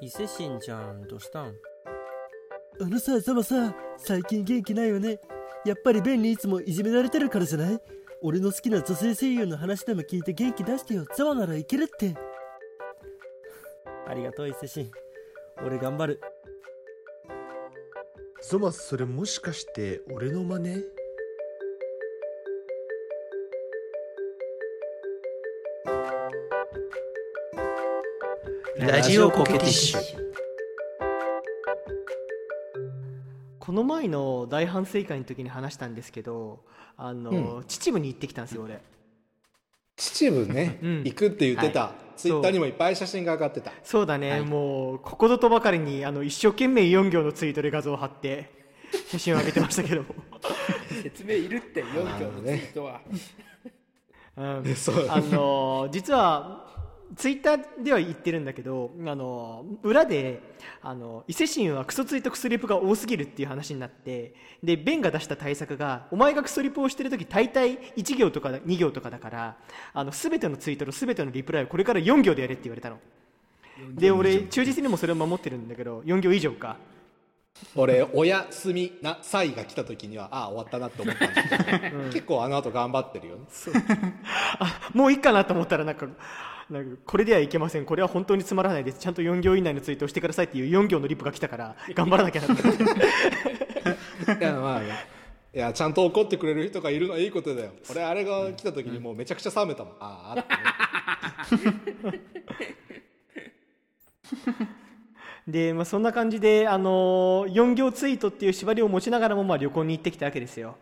伊勢神ちゃんどうしたんあのさ、サバさ、最近元気ないよね。やっぱりベンにいつもいじめられてるからじゃない俺の好きな女性声優の話でも聞いて元気出してよ。ザワならいけるって。ありがとう伊勢神俺頑張るゾマそれもしかして俺の真似ラジオコケティッシュこの前の大反省会の時に話したんですけどあの、秩父に行ってきたんですよ俺秩父ね、うん行くって言ってた、はツイッターにもいっぱい写真が上がってたそうだね、もうここぞとばかりにあの一生懸命4行のツイートで画像を貼って写真を上げてましたけども、説明いるって4行のツイートは、うん、そうあのー実はツイッターでは言ってるんだけど、あのー裏で、あのー伊勢神はクソツイとクソリプが多すぎるっていう話になってでベンが出した対策がお前がクソリプをしてる時大体1行とか2行とかだからあの全てのツイートの全てのリプライをこれから4行でやれって言われたので俺忠実にもそれを守ってるんだけど4行以上か俺親すみなサイが来た時にはああ終わったなって思ったんだけど、結構あの後頑張ってるよねあもういいかなと思ったらなんかなんかこれではいけませんこれは本当につまらないですちゃんと4行以内のツイートをしてくださいっていう4行のリプが来たから頑張らなきゃなって いやまあいやちゃんと怒ってくれる人がいるのはいいことだよ俺あれが来た時にもうめちゃくちゃ冷めたもん、あああで、まあ、そんな感じで、あのー、4行ツイートっていう縛りを持ちながらもまあ旅行に行ってきたわけですよ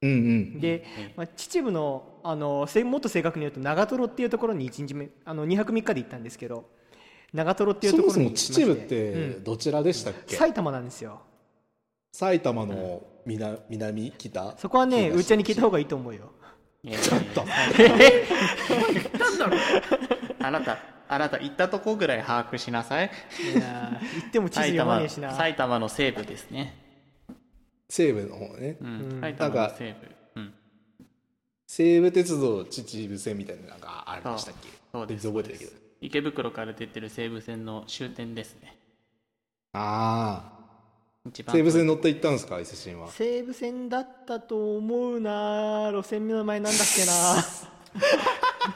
うんうんで、まあ、秩父の、あのーせもっと正確に言うと長瀞っていうところに1日目あの2泊3日で行ったんですけど長瀞っていうそともころそにも行きまして秩父っうんてどちらでしたっけ、埼玉なんですよ埼玉の南南北そこはねうーちゃんに聞いた方がいいと思うよちょっとあなたあなた行ったとこぐらい把握しなさいいやー行っても地図埼読まね玉え しな埼玉の西部ですね、西部の方ね、うんうん埼玉の西部うん西武鉄道秩父線みたいなのがありましたっけそうです全然覚えてないけど池袋から出てる西武線の終点ですねあ一あ番西武線乗って行ったんですか伊勢神は西武線だったと思うな路線名前なんだっけ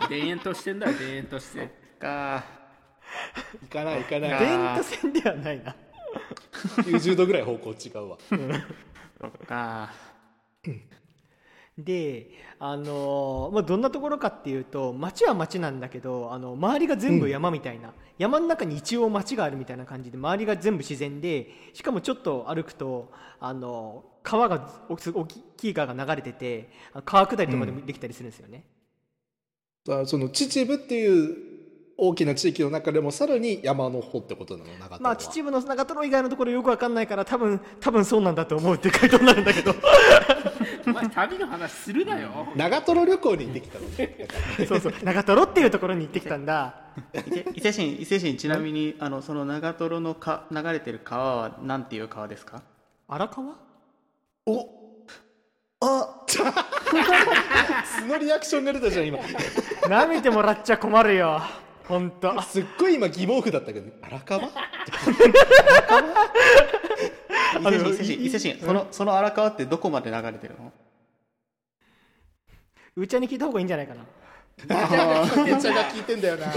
な田園としてんだよ田園としてか行かない行か ない電化線ではないな90度ぐらい方向違うわそっかであのーまあ、どんなところかっていうと町は町なんだけどあの周りが全部山みたいな、山の中に一応町があるみたいな感じで周りが全部自然でしかもちょっと歩くとあの川がお大きい川が流れててあ川下りとかでもできたりするんですよね、あ その秩父っていう大きな地域の中でもさらに山の方ってことなの長田まあ秩父の長瀞以外のところよくわかんないから多分多分そうなんだと思うって回答になるんだけどお前旅の話するなよ長瀞旅行に行ってきたのそうそう長瀞っていうところに行ってきたんだ伊勢伊勢神伊勢神ちなみにあのその長瀞のか流れてる川はなんていう川ですか荒川あ 素のリアクションが出たじゃん今舐めてもらっちゃ困るよほんとすっごい今疑問符だったけど荒川伊勢神伊勢神伊勢神そのその荒川ってどこまで流れてるのうーちゃんに聞いた方がいいんじゃないかなめっちゃが聞いてんだよな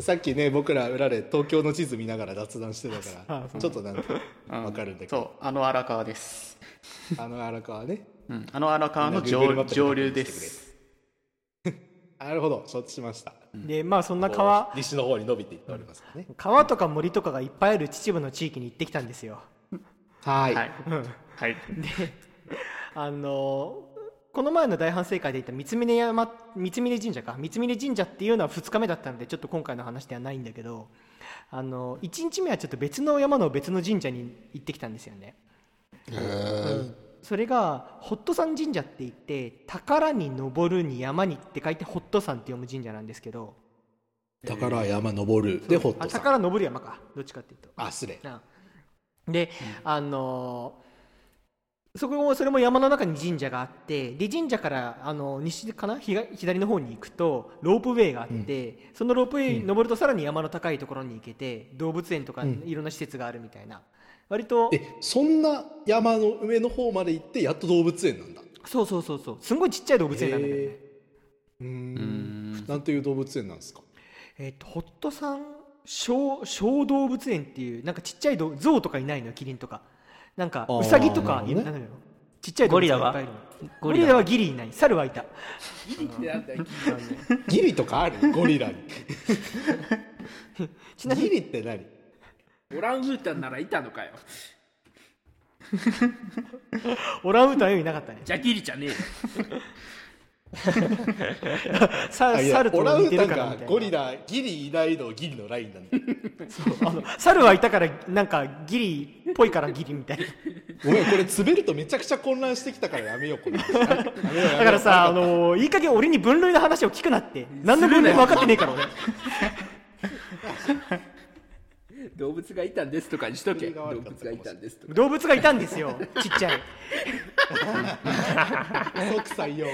さっきね僕ら裏で東京の地図見ながら雑談してたからちょっとなんかうん分かるんだけど、そうあの荒川です、あの荒川ねうん、あの荒川のみんな Google マッ上プで上流ですなるほど承知しましたでまあそんな川西の方に伸びていっておりますからね、川とか森とかがいっぱいある秩父の地域に行ってきたんですよはいはい、はい、あのこの前の大反省会で言った三峯山三峯神社か三峯神社っていうのは2日目だったのでちょっと今回の話ではないんだけどあの1日目はちょっと別の山の別の神社に行ってきたんですよねそれがホット山神社って言って宝に登るに山にって書いてホット山って読む神社なんですけど宝山登るでホッあトさんあ宝登る山かどっちかっていうと失礼なで、あのそこもそれも山の中に神社があってで神社からあの西かな左左の方に行くとロープウェイがあって、そのロープウェイ登るとさらに山の高いところに行けて動物園とかうんいろんな施設があるみたいな、割とえそんな山の上の方まで行ってやっと動物園なんだそうそうそうそうすんごいちっちゃい動物園なんだけどねうーうんん。なんていう動物園なんですかえっ、とホットさん小小動物園っていうなんかちっちゃいどゾウとかいないのよキリンとかなんかあーウサギとかいななるほどねのよちっちゃい動物園いっぱいいるのゴリラはギリいない猿はいたギリってなんだよ、ギリはね。ギリとかあるゴリラに ちなみギにリって何オランウータンならいたのかよ。オランウータンはいなかったねじゃギリじゃねえよ。 さあいや猿オラとンウ似てータンるかがらみたいなゴリラギリいないのギリのラインなん だあの猿はいたからなんかギリっぽいからギリみたいなごめんこれ滑るとめちゃくちゃ混乱してきたからやめようこれだだからさあのいい加減俺に分類の話を聞くなって何の分類も分かってねえから俺動物がいたんですとかにしとけ。それが動悪か物ったがいたんですとか。動物がいたんですよちっちゃい即採用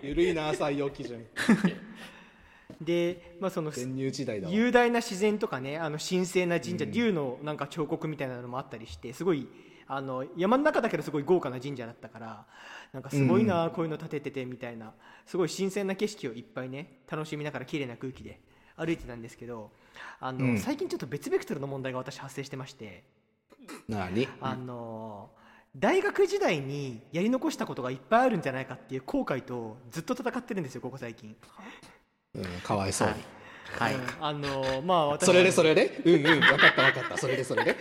ゆるいな採用基準でまあその潜入時代だわ雄大な自然とかねあの神聖な神社、竜のなんか彫刻みたいなのもあったりしてすごいあの山の中だけどすごい豪華な神社だったからなんかすごいな、こういうの建てててみたいなすごい新鮮な景色をいっぱいね楽しみながら綺麗な空気で歩いてたんですけどあの、うん最近ちょっと別ベクトルの問題が私発生してまして、何あの大学時代にやり残したことがいっぱいあるんじゃないかっていう後悔とずっと戦ってるんですよここ 最近。うんかわいそうにはいうんあのまあ私それでそれでうんうん分かった分かったそれでそれで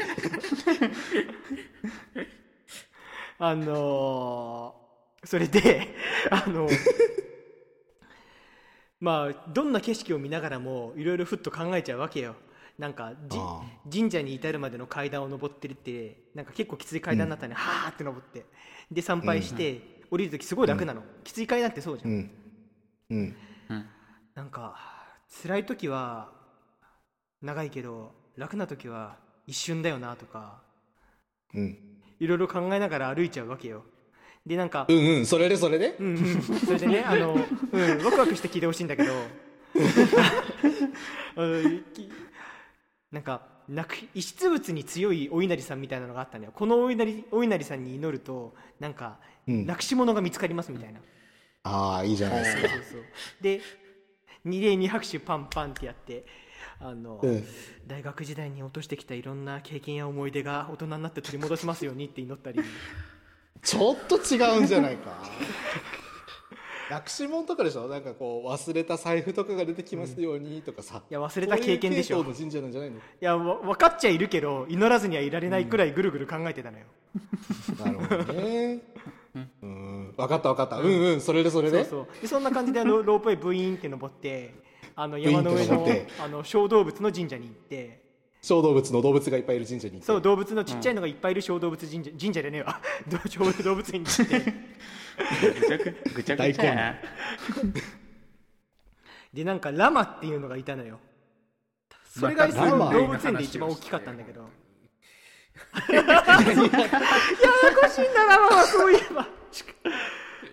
あのーそれで、 あのまあ、どんな景色を見ながらもいろいろふっと考えちゃうわけよ。なんかじあ神社に至るまでの階段を登ってるってなんか結構きつい階段だったね、はーって登ってで参拝して、降りる時すごい楽なの、きつい階段ってそうじゃん、うんうんなんか辛い時は長いけど楽な時は一瞬だよなとかうんいろいろ考えながら歩いちゃうわけよでなんか、うんうんそれでそれでうんうん、それでね、あの、うん、ワクワクして聞いてほしいんだけど、 うんきなんか、なく遺失物に強いお稲荷さんみたいなのがあったのよ。このお稲荷お稲荷さんに祈ると、なんか、うんなくし物が見つかりますみたいな。ああいいじゃないですそうかそうそうで、二礼二拍手パンパンってやって、あの、うん大学時代に落としてきたいろんな経験や思い出が大人になって取り戻しますようにって祈ったり。ちょっと違うんじゃないかなくし物とかでしょなんかこう忘れた財布とかが出てきますようにとかさ、いや忘れた経験でしこょういう系統の神社なんじゃないのいや、わ分かっちゃいるけど、祈らずにはいられないくらいぐるぐる考えてたのよ。 なるほどね。うん、分かった分かった。うんうん、それでそれそうで。そうでそんな感じで あのロープウェイブイーンって登ってあの山の上ブイーンっのて登ってあの小動物の神社に行って小動物の動物がいっぱいいる神社に行って。そう動物のちっちゃいのがいっぱいいる小動物神社神社でねえわ 小動物園に行 ってぐちゃぐぐちゃぐちゃやなでなんかラマっていうのがいたのよそれがそまたのラマ動物園で一番大きかったんだけどいややこしいんだラマはそういえば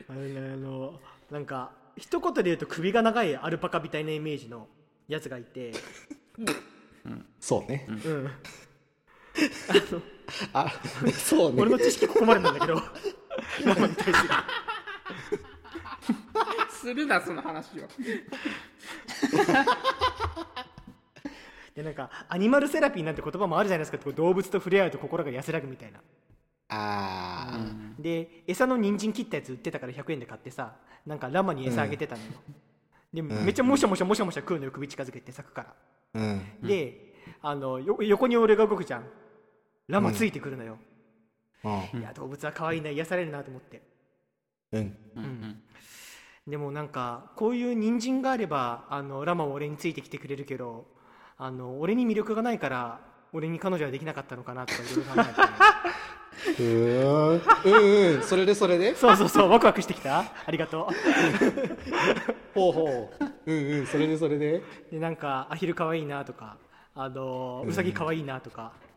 あのねあのなんか一言で言うと首が長いアルパカみたいなイメージのやつがいてそうね。うんあ、そう俺ね。の知識ここまでなんだけど するな、その話を。でなんかアニマルセラピーなんて言葉もあるじゃないですかこう動物と触れ合うと心が安らぐみたいなあで餌の人参切ったやつ売ってたから100円で買ってさなんかラマに餌あげてたのよ、でめっちゃもしゃもしゃもしゃもしゃ食うのよ首近づけて柵から、あ。うん。であのよ横に俺が動くじゃんラマついてくるのよ、うんいや動物は可愛いな癒されるなと思ってうん。でもなんかこういう人参があればあのラマは俺についてきてくれるけどあの俺に魅力がないから俺に彼女はできなかったのかなとかいろいろ考 えて、ふーんうんうん、それでそれで。そうそうそうワクワクしてきたありがとほうほう。うんうん、それでそれで。うでなんかアヒルかわいいなとかあのウサギかわいいなとか、うん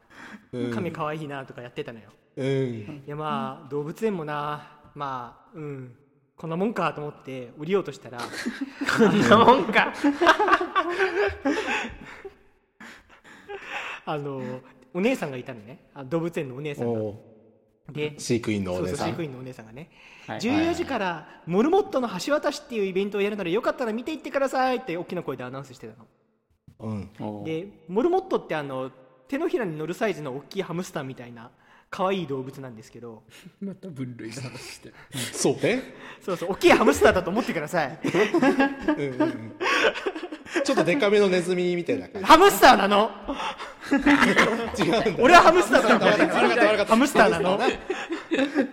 亀可愛いなとかやってたのようんいやまあ動物園もなまあうんこんなもんかと思って降りようとしたらこんなもんか あのお姉さんがいたのねあ動物園のお姉さんがおうで飼育員のおそう姉そうさ飼ん育員のお姉さんがねはい14時からモルモットの橋渡しっていうイベントをやるならよかったら見ていってくださいって大きな声でアナウンスしてたのうんおーでモルモットってあの手のひらに乗るサイズの大きいハムスターみたいな可愛い動物なんですけどまた分類の話してる。そうねそうそう大きいハムスターだと思ってくださいうんうんうんちょっとデカめのネズミみたいな感ハムスターなのじ違うんだ俺はハムスターだと思っ悪てかるった悪かった悪かった ハムスター なハのムスターな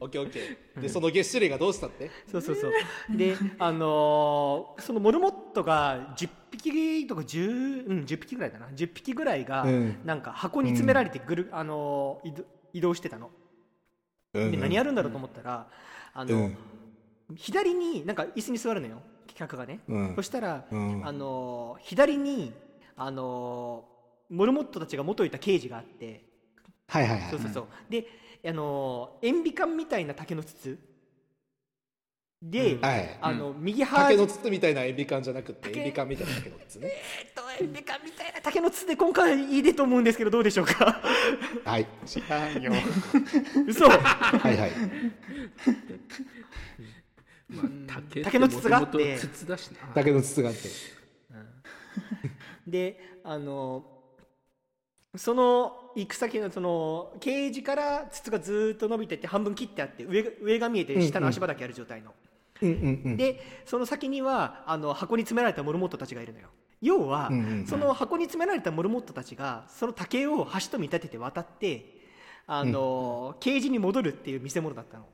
オッケーオッケーでそのげっ歯類がどうしたってそうそうそうであのーそのモルモットが10匹とか 10,、うん、10匹ぐらいだな10匹ぐらいがうんなんか箱に詰められてぐる、あのー移動移動してたので何やるんだろうと思ったら、あの、左になんか椅子に座るのよ客がね、うんそしたら、うんあのー左にあのーモルモットたちが元いたケージがあってはいはいはそうそうそう、であのー塩ビ缶みたいな竹の筒で、いはいあの右端竹の筒みたいなエビ缶じゃなくてエビ缶みたいな竹の筒ねえっと塩ビ缶みたいな竹の筒で今回いいでと思うんですけどどうでしょ うかはい違うよ嘘はいはいまあ、竹竹の筒があってもも筒だしな。竹の筒があってであのその行く先のそのケージから筒がずーっと伸びてって半分切ってあって上が上が見えて下の足場だけある状態うの、んうんでその先にはあの箱に詰められたモルモットたちがいるのよ要は、うんうんうんその箱に詰められたモルモットたちがその竹を橋と見立てて渡ってあの、ケージに戻るっていう見せ物だったの、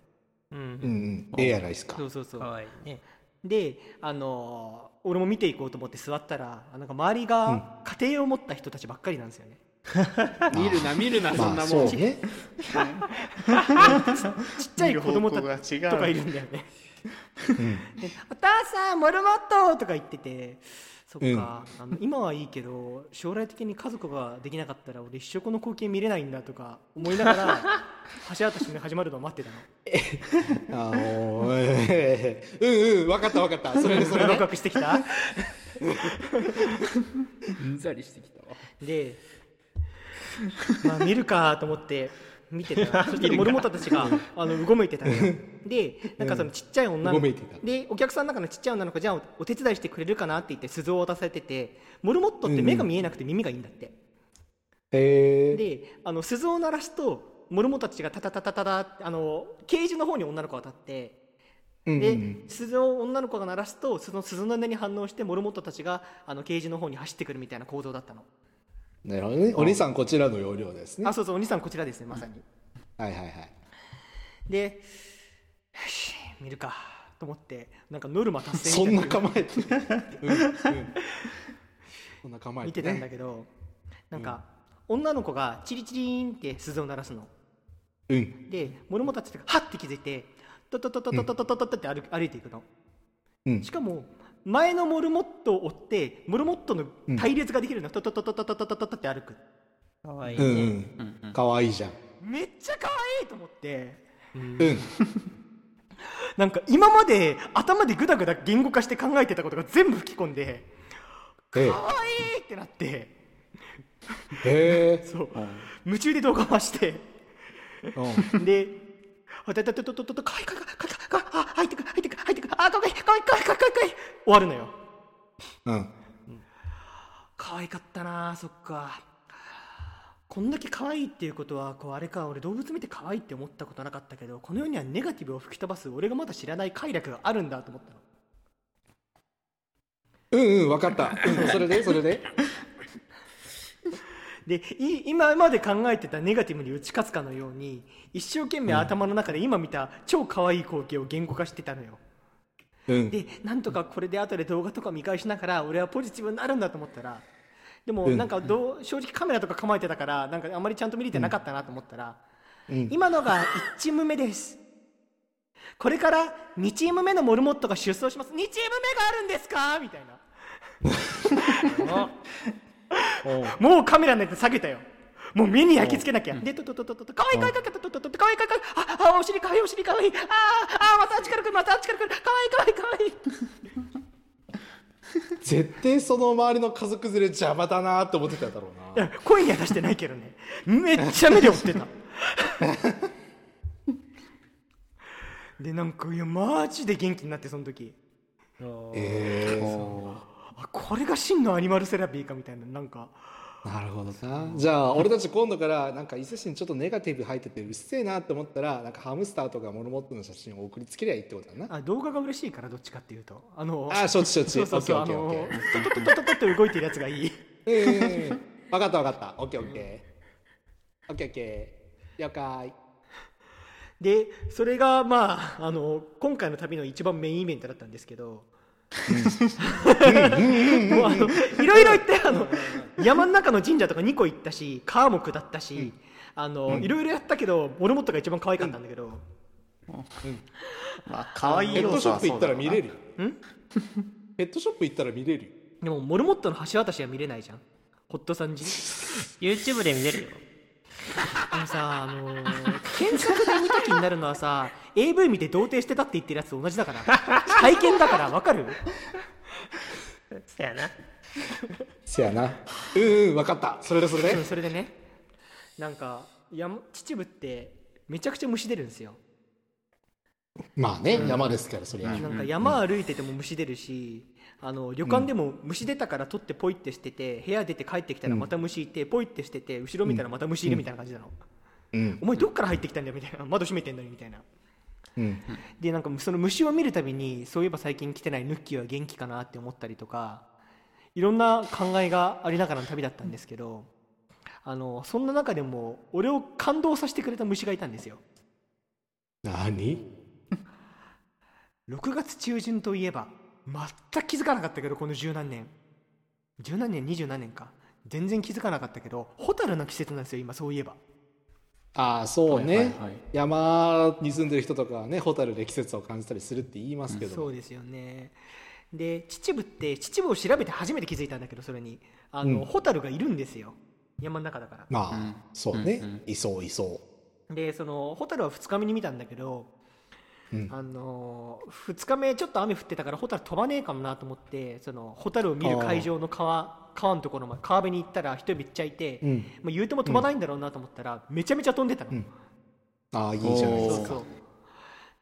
うんうんうんええやないですかそうそうそうかわいいねであのー俺も見ていこうと思って座ったらあなんか周りが家庭を持った人たちばっかりなんですよね、見るな、見るな、そんまなあもそんう。ねちっちゃい子供た見る方ち向が違うとかいるんだよねでお父さんモルモットとか言っててそっか、うんあの今はいいけど将来的に家族ができなかったら俺一生この光景見れないんだとか思いなが ら橋渡しが始まるのを待ってたのあのええうんうん分かった分かったそれねそれワねクワクしてきたうんざりしてきたわ。で、まあ、見るかと思って見てたら そしたらモルモットたちがあのうごめいてたのよでなんかそのちっちゃい女うのご子めいてたでお客さんの中のちっちゃい女の子じゃあおお手伝いしてくれるかなって言って鈴を渡されててモルモットって目が見えなくて耳がいいんだって、へえであの鈴を鳴らすとモルモットたちがタタタタタタってあのケージの方に女の子が立ってうんうで、ん鈴を女の子が鳴らすとその鈴の音に反応してモルモットたちがあのケージの方に走ってくるみたいな構造だったの、なるほどねお兄さんこちらの要領ですねあそうそうお兄さんこちらですねまさに、はいはいはいでよし見るかと思ってなんかノルマ達成そみたんいなな構え てうんうんそんな構え見ててたんだねけどなんか女の子がチリチリーンって鈴を鳴らすのうんでモルモたちがハッて気づいてトトトトトトトトトトって歩歩いていくのうんしかも前のモルモットを追ってモルモットの隊列ができるのトトトトトトトトトトって歩くかわいいうんね、うんかわいいじゃんめっちゃ可愛いと思ってうん なんか今まで頭でグダグダ言語化して考えてたことが全部吹き込んでえ 可愛いってなってえへえそう夢中で動画を回してで「あたたたたたたたかいかいかいかいかいあ入ってく入ってく入ってくあかわいいかわいいかわいいかわいいかわいい終わるのようんうん可愛かったなそっかこんだけ可愛いっていうことはこうあれか俺動物見て可愛いって思ったことなかったけどこの世にはネガティブを吹き飛ばす俺がまだ知らない快楽があるんだと思ったのうんうん分かったうんそれでそれででい今まで考えてたネガティブに打ち勝つかのように一生懸命頭の中で今見た超可愛い光景を言語化してたのよ、うんでなんとかこれで後で動画とか見返しながら俺はポジティブになるんだと思ったらでもうんなんかどう正直カメラとか構えてたからなんかあんまりちゃんと見れてなかったなと思ったら、今のが1チーム目ですこれから2チーム目のモルモットが出走します2チーム目があるんですかみたいなもうカメラのやつ下げたよもう目に焼き付けなきゃ。で、とととととと、かわいいかわいいかわいいかとととと、かわいいかわいいかわいいあ、あ、お尻かわいいお尻かわいい。あー、あー、またあっちから来る、またあっちから来る。かわいいかわいいかわいい。絶対その周りの家族連れ邪魔だなって思ってただろういなや声には出してないけどねめっちゃ目で追ってたでなんかいやマジで元気になってその時えあこれが真のアニマルセラピーかみたいななんかー、なるほどなじゃあ俺たち今度からなんか伊勢市にちょっとネガティブ入っててうっせえなって思ったらなんかハムスターとかモルモットの写真を送りつけりゃいいってことだなあ動画が嬉しいからどっちかっていうとあのああ承知承知そうそうそうオあッケーオッのケーオッケートトトトトって動いてるやつがいいええ分かった分かったオッケーオッケーオッケーオッケー了解でそれがまああの今回の旅の一番メインイベントだったんですけど もうあのいろいろ行ってあの山の中の神社とか2個行ったし川も下ったし、あのいろいろやったけどモルモットが一番可愛かったんだけど、まあ、可愛いペット要シ素ョッはプ行そっうたらだろう見なれるよんペットショップ行ったら見れるよでもモルモットの橋渡しは見れないじゃんホットさんじ YouTube で見れるよあのさあの検索で見た気になるのはさ AV 見て童貞してたって言ってるやつと同じだ から体験だからわかるそやなせやなうんうん分かったそれでそれでうんそれでねなんか山秩父ってめちゃくちゃ虫出るんですよ、まあね、山ですからそりゃ、なんか山歩いてても虫出るし、あの旅館でも虫出たから取ってポイって捨てて部屋出て帰ってきたらまた虫いて、ポイって捨てて後ろ見たらまた虫いるみたいな感じなの、うんお前どっから入ってきたんだよみたいな窓閉めてんのにみたいなうん、でなんかその虫を見るたびにそういえば最近来てないヌッキーは元気かなって思ったりとかいろんな考えがありながらの旅だったんですけど、あのそんな中でも俺を感動させてくれた虫がいたんですよ何6月中旬といえば全く気づかなかったけどこの十何年十何年二十何年か全然気づかなかったけどホタルの季節なんですよ今そういえばああそうね、はいはいはい山に住んでる人とかはねホタルで季節を感じたりするって言いますけど、そうですよねで秩父って秩父を調べて初めて気づいたんだけどそれにあの、うんホタルがいるんですよ山の中だからまあ、うんそうね、うんうんいそういそでそのホタルは2日目に見たんだけど、うんあの2日目ちょっと雨降ってたからホタル飛ばねえかもなと思ってそのホタルを見る会場の川川のところまで川辺に行ったら人めっちゃいて、う、うん、まあ、言うても飛ばないんだろうなと思ったら、めちゃめちゃ飛んでたの、うんああいいじゃないでそすうかそう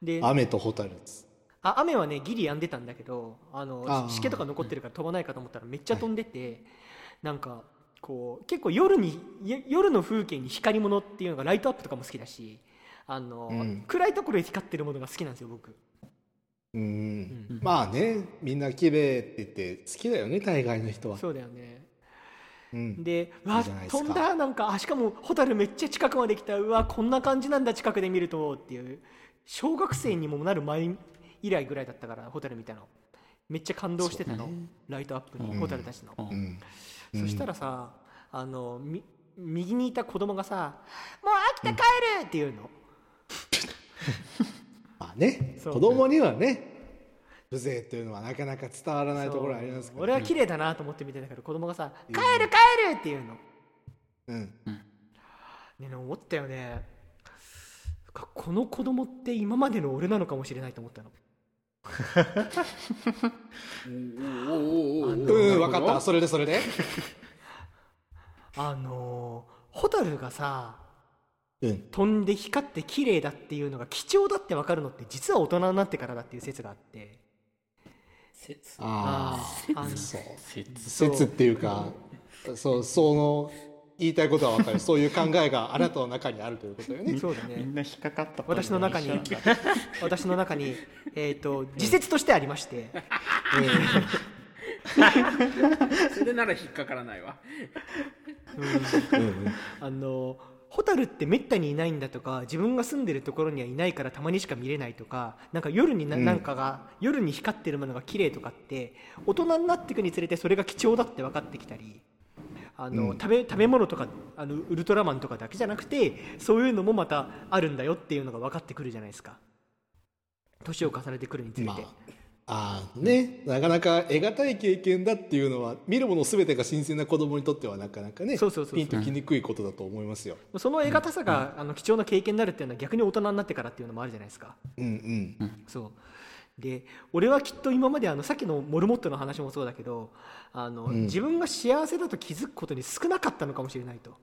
であ雨とホタルです雨はねギリ止んでたんだけどあのあー湿気とか残ってるから飛ばないかと思ったらめっちゃ飛んでて、なんかこう結構夜にや夜の風景に光り物っていうのがライトアップとかも好きだしあの、うん暗いところで光ってるものが好きなんですよ僕うん、まあねみんな綺麗って言って好きだよね大概の人はそうだよねうん、でうわじゃないですか飛んだなんかあしかもホタルめっちゃ近くまで来たうわこんな感じなんだ近くで見るとっていう小学生にもなる前以来ぐらいだったからホタル見たのめっちゃ感動してたの、ライトアップに、うんホタルたちの、うん、そしたらさあのみ右にいた子供がさ「もう飽きた帰る!」って言うの、まあねそう子供にはね風情というのはなかなか伝わらないところはありますけど、俺は綺麗だなと思って見てたけど子供がさ「帰る帰る!」って言うのうん、ねえ思ったよねかこの子供って今までの俺なのかもしれないと思ったのうん、うん、分かったそれでそれであのーホタルがさ うん飛んで光って綺麗だっていうのが貴重だって分かるのって実は大人になってからだっていう説があって説ああのあそう説説っていうかそうその言いたいことは分かるそういう考えがあなたの中にあるということよねそうだねみんな引っかかったこと私の中に一緒なんだ私の中に、えー、と自説としてありま してそれなら引っかからないわ。あのホタルってめったにいないんだとか自分が住んでるところにはいないからたまにしか見れないとかなんか夜にな,、ん、かが夜に光ってるものが綺麗とかって大人になっていくにつれてそれが貴重だって分かってきたりあの、食べ食べ物とかあのウルトラマンとかだけじゃなくてそういうのもまたあるんだよっていうのが分かってくるじゃないですか年を重ねてくるにつれて、まあああねなかなか得難い経験だっていうのは見るもの全てが新鮮な子供にとってはなかなかねそうそうそうそうピンときにくいことだと思いますよ。その絵がたさが、あの貴重な経験になるっていうのは逆に大人になってからっていうのもあるじゃないですか。うんうん、そうで俺はきっと今まであのさっきのモルモットの話もそうだけどあの、ん自分が幸せだと気づくことに少なかったのかもしれないと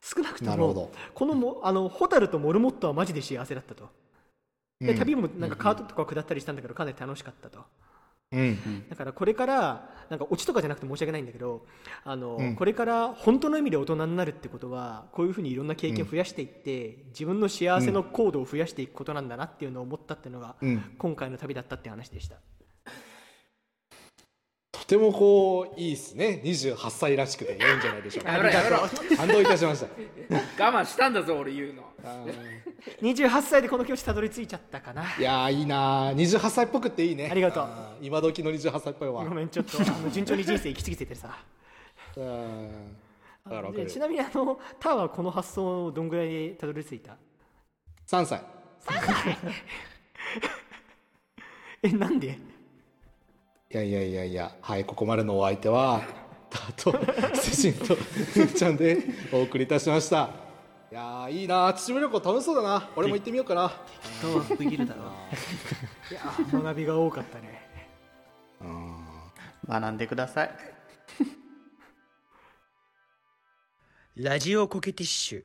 少なくとなるほもどこのもあのホタルとモルモットはマジで幸せだったとでうん旅もなんかカートとかを下ったりしたんだけどかなり楽しかったとうんだからこれからなんかオチとかじゃなくて申し訳ないんだけどあの、うんこれから本当の意味で大人になるってことはこういうふうにいろんな経験を増やしていって、自分の幸せの高度を増やしていくことなんだなっていうのを思ったっていうのが、うん今回の旅だったって話でした。とてもこういいですね28歳らしくていいんじゃないでしょうやかめろやめろ感動いたしました我慢したんだぞ俺言うのあー28歳でこの境地たどり着いちゃったかないやーいいなー28歳っぽくっていいねありがとうあー今時の28歳っぽいわごめんちょっとあの順調に人生行き過ぎててさうんだからわかでるちなみにあのターはこの発想をどんぐらいでたどり着いた3歳えなんでいやいやいやいやはいここまでのお相手は あと主人とふっちゃんでお送りいたしましたいやーいいなー秩父旅行楽しそうだな俺も行ってみようかな遠すぎるだろ いや学びが多かったねう学んでくださいラジオコケティッシュ